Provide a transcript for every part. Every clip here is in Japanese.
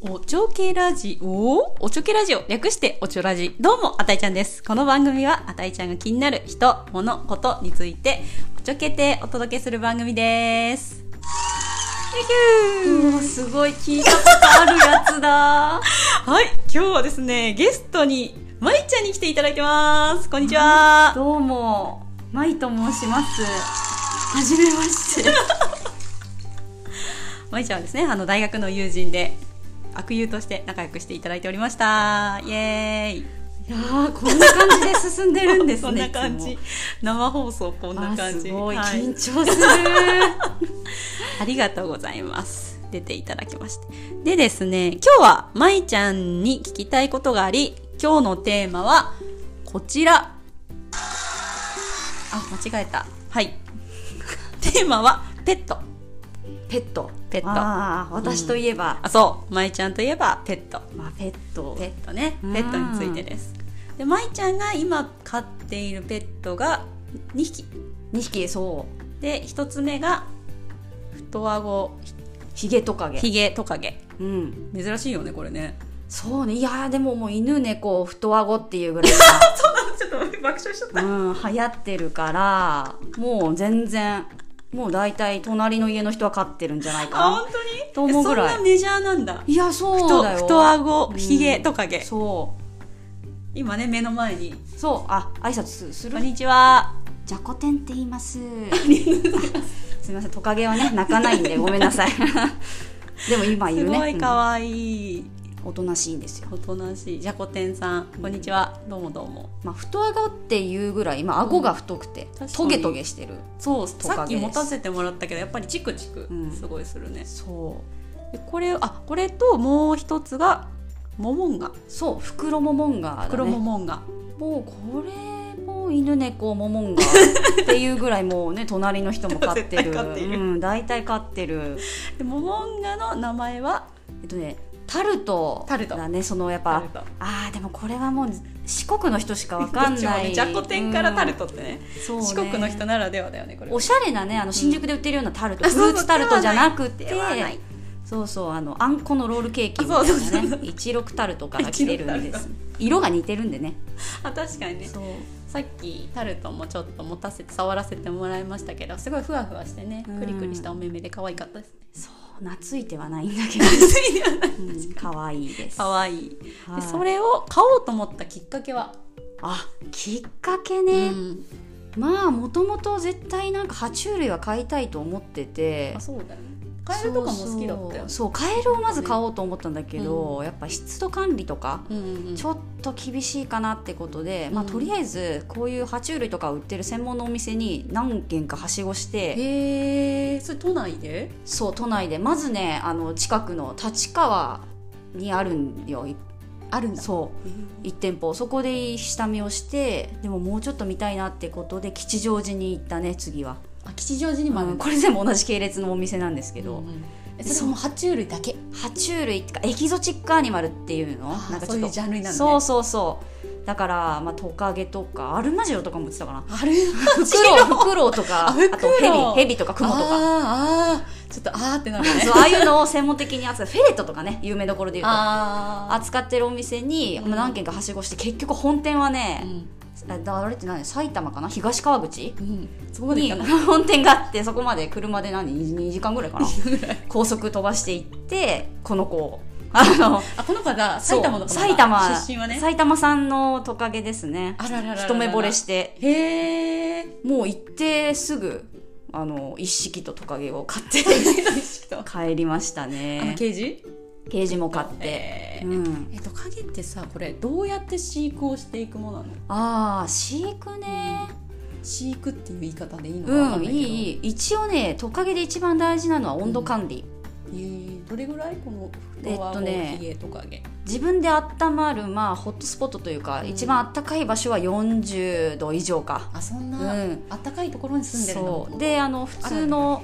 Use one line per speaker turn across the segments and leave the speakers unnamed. おちょけラジオおちょけラジオ略しておちょラジどうもあたいちゃんですこの番組はあたいちゃんが気になる人物ことについておちょけてお届けする番組ですうーすごい聞いたことあるやつ だはい今日はですねゲストにまいちゃんに来ていただいてますこんにちは
どうも、まいと申します。はじめまして。
まいちゃんはですねあの大学の友人で悪友として仲良くしていただいておりましたイエーイ
いやー、こんな感じで進んでるんですね。
こんな感じ
いつも。
生放送こんな
あー
感
す
じ。
ごい、
はい
緊張する。
ありがとうございます。出ていただきまして。でですね、今日はまいちゃんに聞きたいことがあり、今日のテーマはこちら。あ、間違えた。はい。 テーマはペット。
ペット。
ペット
ああ、私といえば、
あ、そう。まいちゃんといえばペット。
まあ、ペット。
ペットね。
うん
ペットについてです。で、まいちゃんが今飼っているペットが2匹。
2匹、そう。
で、1つ目が太あご
ヒゲトカゲ。
ヒゲトカゲ
うん。
珍しいよねこれね
そうね。いやー、でももう犬、猫、太あごっていう ぐらいが、
ちょっと爆笑しちゃっ
うん、流行ってるから、もう全然、もう大体隣の家の人は飼ってるんじゃないか
あ
な。
本当に
と思うぐらい
えそんなメジャーなんだ
いや、そう
と
だよ。
太あご
うん
ひげトカゲ
そう。
今ね目の前に
そう、あ、挨拶す
「
す
こ ん。
る
にちは
じゃこてんって言います。 すみません、トカゲはね、泣かないん で、ごめんなさい。でも今い
す
るね。
ごい可愛い
うんおとなしいんですよ。
おとなしいじゃこてんさんこんにちはどうもどうも
まあ、太あごっていうぐらい、まあ、顎が太くて
確かに、
トゲトゲしてる。
そう
トカゲ
さっき
です
持たせてもらったけどやっぱりチクチク
うん
すごいするね、
そう。
でこれあこれともう一つがモモンガ
そう、袋モモンガーだね。
黒モモンガ、
もう、これも犬猫モモンガーっていうぐらい、もうね、隣の人も飼ってる。
絶対飼っている
うん、大体飼ってる。
でモモンガの名前は
えっとね、タルト。
タルト
だね、そのやっ
タ
ぱ
ル。ト
あーでもこれはもう四国の人しかわ
ど
か
っ
ん
ちも
ない、
ねじゃこてんからタルトってね、
うん、そうね
四国の人ならではだよねこれは
おしゃれなねあの新宿で売ってるようなタルト、
うん
フルーツタルトじゃなくて
そうそうではないではない
そうそうあのあんこのロールケーキみたい
そうそう
な
そう
ね一六タルトから来てる
一
ん
六
で
タル
す色が似てるんでね
あ確かにね
そう
さっきタルトもちょっと持たせて触らせてもらいましたけどすごいふわふわしてね
うん
クリクリしたお目目で可愛かったですね
懐いてはないんだけど、うん、可愛いです
可愛い
はい
でそれを買おうと思ったきっかけは、
あきっかけ
う
ね、
ん、
まあもともと絶対なんか爬虫類は飼いたいと思ってて
あそうだよねカエルとかも好きだったよね
そうそうカエルをまず買おうと思ったんだけど、やっぱ湿度管理とか
うんうんうん
ちょっと厳しいかなってことで、まあ、
うん
とりあえずこういう爬虫類とかを売ってる専門のお店に何軒かはしごして
へえそれ都内で
そう都内でまずねあの近くの立川にあるんよい
あるん
そう1店舗そこで下見をしてでももうちょっと見たいなってことで吉祥寺に行ったね次は、
あ吉祥寺にもある
うんん
だ
これ全部同じ系列のお店なんですけ
け
ど、
ど、えそれも爬虫類だけ
爬虫類ってかエキゾチックアニマルっていうの
あ
なんかち
そ
ょ
う
っ
い
と
うジャンルになるね
そうそうそうだから、まあ、トカゲとかアルマジロとかも言ってたかな
ある
フクロウフクロウとか
あ
あ
フクロウ
とヘビヘビとかクモとか
あーあーちょっとあーってなるね
そうああいうのを専門的に扱うフェレットとかね有名どころで言う と
あ
扱ってるお店に
うん
まあ何軒かはしごして結局本店は
あ
ね、あだあれって何埼玉かな東川口
うんそこまでいい
に
かな
本店があってそこまで車で何2時間ぐらいかな高速飛ばして行ってこの 子をあの
あこの方だ
そ
埼
う
玉の方だ
埼玉
出身はね
埼玉産のトカゲですね
あららららら
一目惚れして
へ え
もう行ってすぐあの一式とトカゲを買って
あ
帰りました
の
ね
ケージ
ケージも買って、
え
う
ー
ん、
えトカゲってさこれどうやって飼育をしていくものなの
ああ飼育ね
飼育っていう言い方でいいのかわ
う
か
ん
ん
い
ないけど
いいい一応ねトカゲで一番大事なのは温度管理、
えーどれぐらいこの
えっとね
ヒゲトカゲ
自分で温まるまあホットスポットというか、
うん
一番暖かい場所は40度以上か
あそん
う
な、
ん
あったかいところに住んでるの
そうであの普通の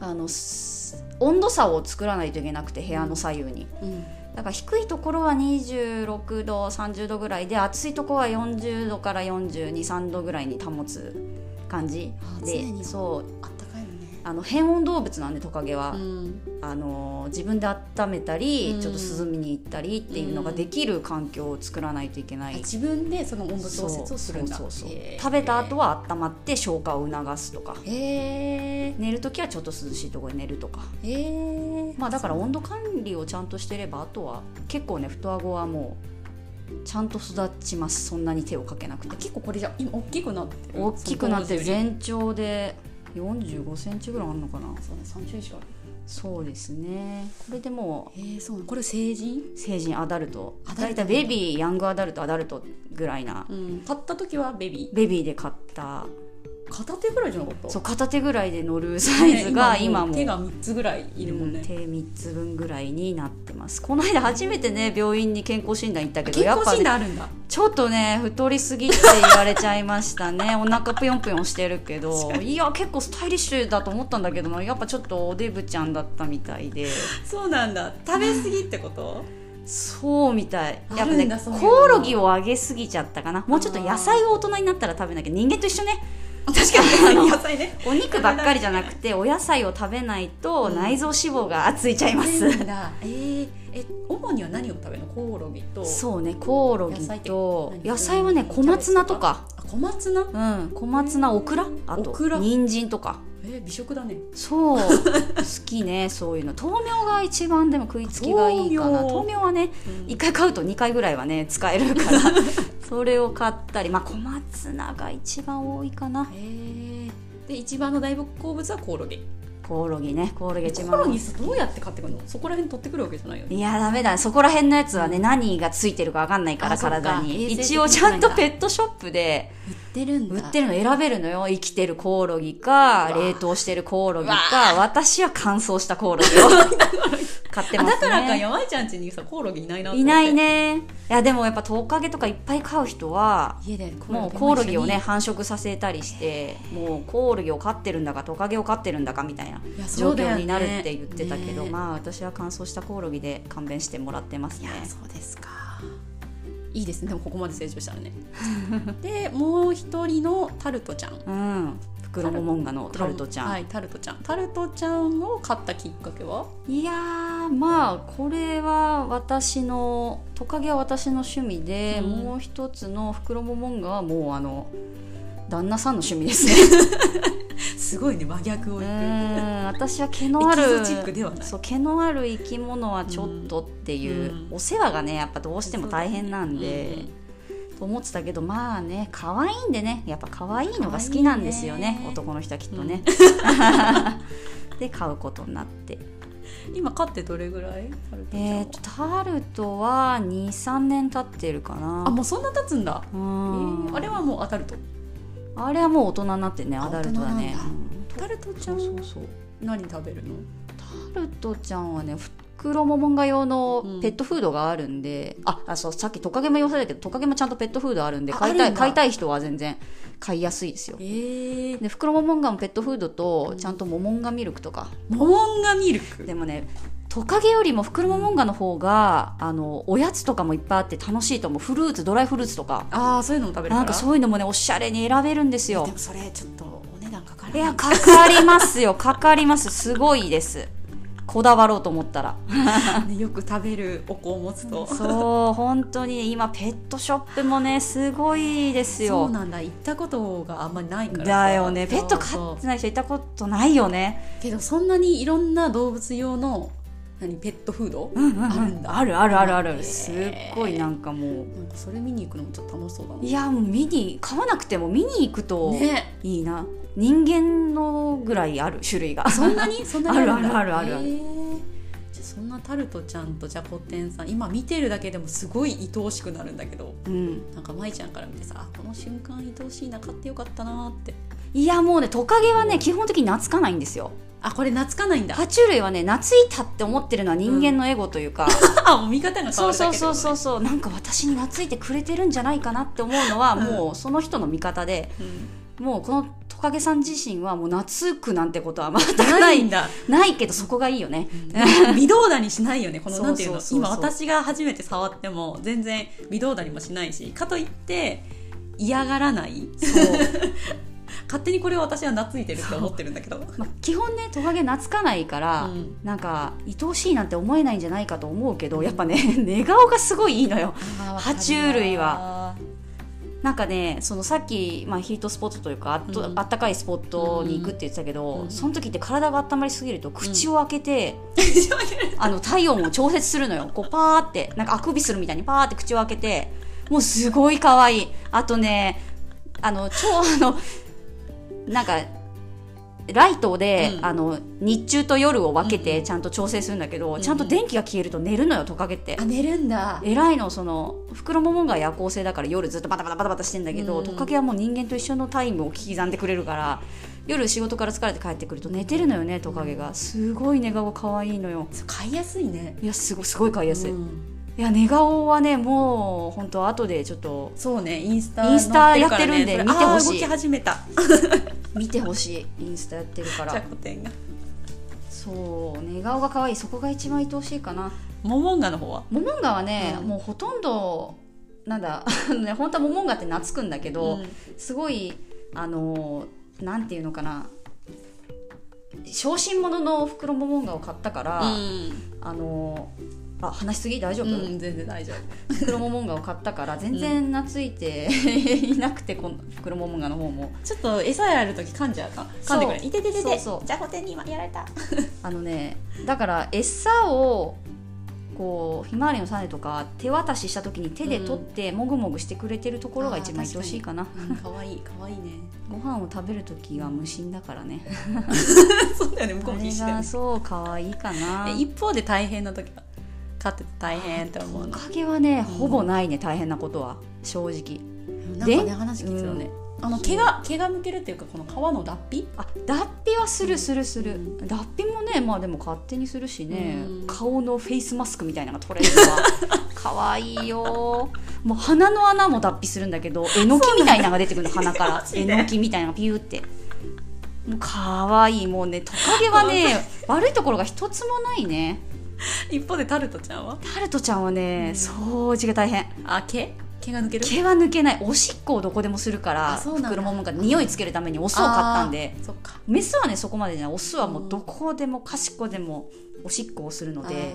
あのす温度差を作らないといけなくて部屋の左右に
うん
だから低いところは26度30度ぐらいで暑いところは40度から423度ぐらいに保つ感じ
あ常
で
に
そう
あったかいのね
あの変温動物なんでトカゲは、
うん
あの自分で温めたり、
うん
ちょっと涼みに行ったりっていうのができる環境を作らないといけない、
自分でその温度調節をするんだ
そうそうそう
へー
食べた後は温まって消化を促すとか
へえ
寝る時はちょっと涼しいところで寝るとか
へえ
まあだから温度管理をちゃんとしてればあとは結構ね太あごはもうちゃんと育ちますそんなに手をかけなくて
結構これじゃん今大きくなってる
大きくなって
その
全長で4 5センチぐらいあるのかな
そうね30以上ある
そうですねこれでもう
へえそうなのこれ成人
成人アダルト
アダ
大
ルト
体ベビーヤングアダルトアダルトぐらいな
うん買った時はベビ
ベビーで買った
ー片手ぐらいじゃなかった
そうう片手ぐらいで乗るサイズが今も
手が3つぐらいいるもんね、
うん手3つ分ぐらいになってますこの間初めてね病院に健康診断行ったけど
健
やっぱ
康
ね
診断あるんだ
ちょっとね太りすぎって言われちゃいましたね お腹ぷよんぷよんしてる けどいや結構スタイリッシュだと思ったんだけどなやっぱちょっとおデブちゃんだったみたいで
そうなんだ食べ過ぎってこと
そうみたいやっ
あ
ぱ
る
ね
んだそういうの
コオロギをあげすぎちゃったかなもうちょっと野菜を大人になったら食べなきゃ人間と一緒ね
確かに野菜ね
お肉ばっかりじゃなくてお野菜を食べないと
うん
内臓脂肪がついちゃいま
そ
す、
うなんだえー、え主には何を食べるのコオロギと
そうねコオロギと
野菜って何
野菜はね小松菜とか
あ小松菜
うん小松菜オクラあ
オ
と
クラ
人参とか
えー、美食だね
そう好きねそういうの豆苗が一番でも食いつきがいいかな
豆
豆
苗
苗はね
うん
1回買うと2回ぐらいはね使えるから それを買ったりまあ小松菜が一番多いかな
えー、で一番の大好物はコオロギ
コオロギねコオロギが一
コ
番
オロギさどうやって買ってくるのそこら辺取ってくるわけじゃないよね
いやダメだそこら辺のやつはね何がついてるかわかんないから
あそっか
体
衛
に
生的
一応ちゃんと
な
ペットショップで
売ってるん
売ってるの選べるのよ生きてるコオロギか
うわ
冷凍してるコオロギ
う
か私は乾燥したコオロギを 買って
あ
ますね
だからか山井ちゃん家にさコオロギいないなと思
い
って
ないねいやでもやっぱトカゲとかいっぱい飼う人は
家でコ
もうコオロギを
一緒
ね
に
繁殖させたりしてもうコオロギを飼ってるんだかトカゲを飼ってるんだかみたいない
やそ
状
うだよ
況
ね
になるって言ってたけど、
ね
まあ私は乾燥したコオロギで勘弁してもらってます
い
ね
やそうですかいいですねでもここまで成長したらね でもう一人のタルトちゃん
うん袋モモンガのタルトちゃん、
はいタルトちゃんタルトちゃんを買ったきっかけはい
やーまあこれは私のトカゲは私の趣味で、
うん
もう一つのフクロモモンガはもうあの旦那さんの趣味 ですね
すごいね真逆
う
を言ってる
ん私は毛のある
エキゾチックではない
そう毛のある生き物はちょっとっていう、
うん
お世話がねやっぱどうしても大変なんで、と思ってたけどまあね可愛いんでねやっぱ可愛いのが好きなんです
可
よ
愛い
ね
ね
男の人はきっとね、 で買うことになって
うん今飼ってどれぐらいタルトちゃんは
えー、とタルトは23年経ってるかな
あもうそんな経つんだ、
うん
えーあれはもうあタルト
あれはもう大人になってね
あ
アダルトだね
大人な
うん
タルトちゃ
そ
ん
うそうそう
何食べるの
タルトちゃんはね袋ももんが用のペットフードがあるんで、ああそうさっきトカゲも用されたけどトカゲもちゃんとペットフードあるんで
あ
買い
あ
た
る
い
んだ
買いたい人は全然買いやすいですよ
えー、
で袋ももんがもペットフードとちゃんとモモンガミルクとか
モモンガミルク
でもねトカゲよりも袋ももんがの方があのおやつとかもいっぱいあって楽しいと思うフルーツドライフルーツとか
ああそういうのも食べるから
なんかそういうのもねおしゃれに選べるんですよ
でもそれちょっとお値段かから
い
ない
やかかりますよ かかりますすごいですこだわろうと思ったら
ねよく食べるお子を持つと、
そう本当に今ペットショップもねすごいです
そう
よ
なんだ行ったことがあんまりないからさ
だよねペッ
そ
ト飼
う
っ
そ
てない人いたことないよね
うけどそんなにいろんな動物用の何ペットフード、
うんうんうん
あるんだ
あるあるあるあ
へー
るすっごいなんかも
なんかそれ見に行くのもちょっと楽しそうだ
ういやもう見に買わなくても見に行く
な
と
ね
いいな、人間のぐらいある種類が
そんなにそんなにんだ
あるあるあるある
へーじゃあそんなタルトちゃんとジャポテンさん今見てるだけでもすごい愛おしくなるんだけど
うん
なんか舞ちゃんから見てさあこの瞬間愛おしいな買ってよかったなーって
いやもうねトカゲはね基本的に懐かないんですよ
あこれ懐かないんだ
爬虫類はね懐いたって思ってるのは人間のエゴというか、
あもう見方が変
そ
わ
う
るだ
そう
け
そうそううそうなんか私に懐いてくれてるんじゃないかなって思うのは
うん
もうその人の見方で
そう、うん
もうこのトカゲさん自身はもう懐くなんてことは全く
な
ないい
んだ
ないけどそこがいいよね
微動だにしないよねこの
そう
なんていうの
そうそう
今
そう
私が初めて触っても全然微動だにもしないしかといって嫌がらない
そう
勝手にこれを私は懐いてるって思ってるんだけど
まあ、基本ねトカゲ懐かないから、
うん
なんか愛おしいなんて思えないんじゃないかと思うけどやっぱね寝顔がすごいいいのよ爬虫類
は
なんかねそのさっき、まあ、ヒートスポットというかあっと、
うん
あったかいスポットに行くって言ってたけど、
うん
その時って体が温まりすぎると口を開 けて、あの体温を調節するのよこうパーってなんかあくびするみたいにパーって口を開けてもうすごい可愛いあとねあの超あのなんかライトで、
うん
あの日中と夜を分けてちゃんと調整するんだけど、
ん
ちゃんと電気が消えると寝るのよトカゲって
あ。寝るんだ
偉いのその袋ももんが夜行性だから夜ずっとバタバタバタバタしてんだけど、
うん
トカゲはもう人間と一緒のタイムを刻んでくれるから夜仕事から疲れて帰ってくると寝てるのよねトカゲが、すごい寝顔が可愛いのよ
そう買いやすいね
いやすごいすごい買いやすい、
うん
いや寝顔はねもう本当後でちょっと
そうねインスタ
インスタやってるんで
載からね
見てほし
それあー動
い
き始めた
見てほしいインスタやってるか
じゃ
ら
こてんが
そう寝顔が可愛いそこが一番愛おしいかな
モモンガの方は
モモンガはね、
うん
もうほとんどなんだ あのね本当はモモンガって懐くんだけど、
うん
すごいあのーなんていうのかな小心者の袋モモンガを買ったから、
うん
あのーあ話しすぎ大丈夫、
うん全然大丈夫
袋モモンガを買ったから全然懐いて いなくてこの袋モモンガの方も
ちょっと餌やるとき噛んじゃうか噛んでくれ
そう
いててて
そう
て
そう
じゃこてんに今やられた
あのねだから餌をこうひまわりの種とか手渡しした時に手で取ってもぐもぐしてくれてるところが一番愛おしいかな、
かわいいかわいいね
ご飯を食べる時は無心だからね
そうだよね向こう
あ
も
れ
必死だよ
が
ね
そう可愛いかな
え一方で大変な時は飼ってて大変って思う
お
の
かげはねほぼないね大変なことは正直
なん
で
かね話聞いてたね、あの毛が毛が向けるっていうかこの皮の脱皮
あ脱皮はするするする、
う
脱皮もねまあでも勝手にするしね、
うん
顔のフェイスマスクみたいなのが取れる わ可愛いよもう鼻の穴も脱皮するんだけどえのきみたいなのが出てくるの鼻から
マジ
え
で
のきみたいなのがピューってもう可愛いもうねトカゲは ね悪いところが一つもないね
一方でタルトちゃんは
タルトちゃんはね、
うん
掃除が大変
あ毛毛が抜ける
毛は抜けないおしっこをどこでもするから
あそうなんだ
袋ももんが匂いつけるためにオスを買ったんで
あーそっか
メスはねそこまでじゃないオスはもうどこでもかしこでもおしっこをするので
あー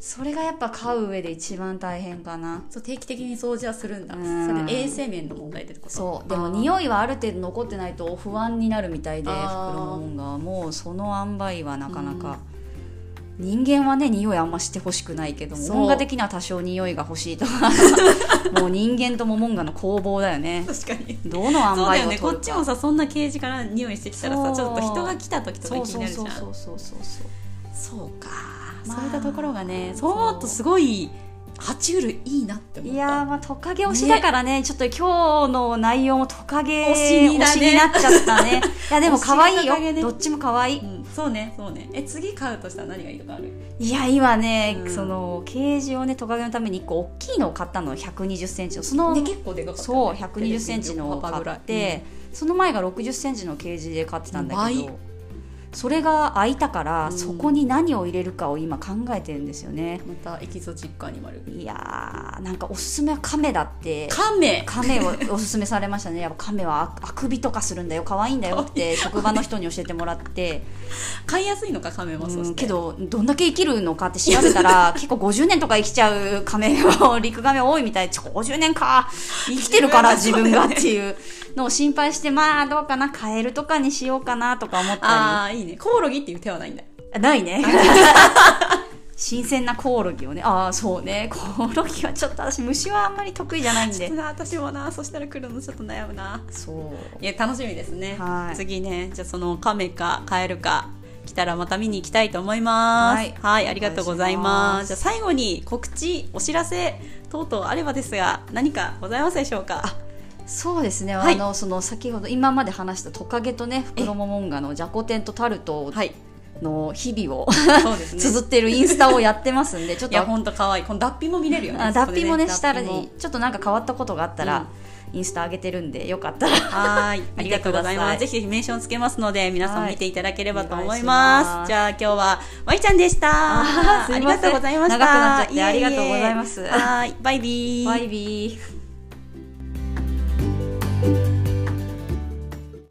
それがやっぱ飼う上で一番大変かな
そう定期的に掃除はするんだ
うん
それ衛生面の問題ってこと
そうでも
あー
匂いはある程度残ってないと不安になるみたいでフク
あー
ロモモンガはもうその塩梅はなかなか、人間はね匂いあんましてほしくないけどモ
そう
モンガ的には多少匂いが欲しい とかもう人間とモモンガの攻防だよね
確かに
どの塩梅を
そうだ
取る
よ
か
ねこっちもさそんなケージから匂いしてきたら
そ
さ
う
ちょっと人が来た時とか気
そう
に
そ
なるじ
う
ゃ
そ
ん
うそうそうそうそう
そうか、
まあ
そういったところがね
そう
そう思うとすごい爬虫類いいなって思った
いやーまあトカゲ推しだからねちょっと今日の内容もトカゲ
推しにだね
推しになっちゃった ねいやでも可愛い
推しがトカゲ
よ、
ね
どっちも可愛い、
うん、そうねそうねえ次買うとしたら何がいいとかある
いや今ね、
うん
そのケージをねトカゲのために1個大きいのを買ったの1 2 0ンチのその
で結構でかかった
そう1 2 0ンチのを
パ
買
パ
っ
ぐらい
て、その前が6 0ンチのケージで買ってたんだけ
倍
どそれが空いたから、
うん
そこに何を入れるかを今考えてるんですよね
またエキゾチックアニマル
いやーなんかおすすめはカメだって
カメ
カメをおすすめされましたねやっぱカメはああくびとかするんだよ可愛いんだよって職場の人に教えてもら って
買いやすいのかカメもそうし
ん
て
けどどんだけ生きるのかって調べたら 結構50年とか生きちゃうカメを陸カメ多いみたいちょ50年か生きてる から自分がっていうのを心配してまあどうかなカエルとかにしようかなとか思った
ああいいねコオロギっていう手はないんだ
りないね 新鮮なコオロギをねああそうねコオロギはちょっと私虫はあんまり得意じゃないんで
私もなそしたら来るのちょっと悩むな
そう
いや楽しみですね、
はい
次ねじゃあそのカメかカエルか来たらまた見に行きたいと思います
は
はいい、ありがとうござい
お願
ま
いします
すじゃあ最後に告知お知らせ等々あればですが何かございますでしょうか
そうですね、
はい
あのその先ほど今まで話したトカゲとねフクロモモンガのジャコテンとタルト
はい
の日々を
そうですね
綴ってるインスタをやってま すんでちょっ
い
と
やほんとかわいいこの脱皮も見れるよね
あ脱皮も
そこ
ね
で
したら
脱皮も
にちょっとなんか変わったことがあったら、インスタ上げてるんでよかったら
は ーいありがとうございま
見てください
すぜひぜひメンションつけますので皆さ
は
ん
い
見ていただければと思い
お願いしま
ますすじゃあ今日はまいちゃんでした
あー
あ
すい
り
ませ
が
ん
とうございました
長くなっちゃって
ええ
ありがとうございます
はーいバイビー
バイビー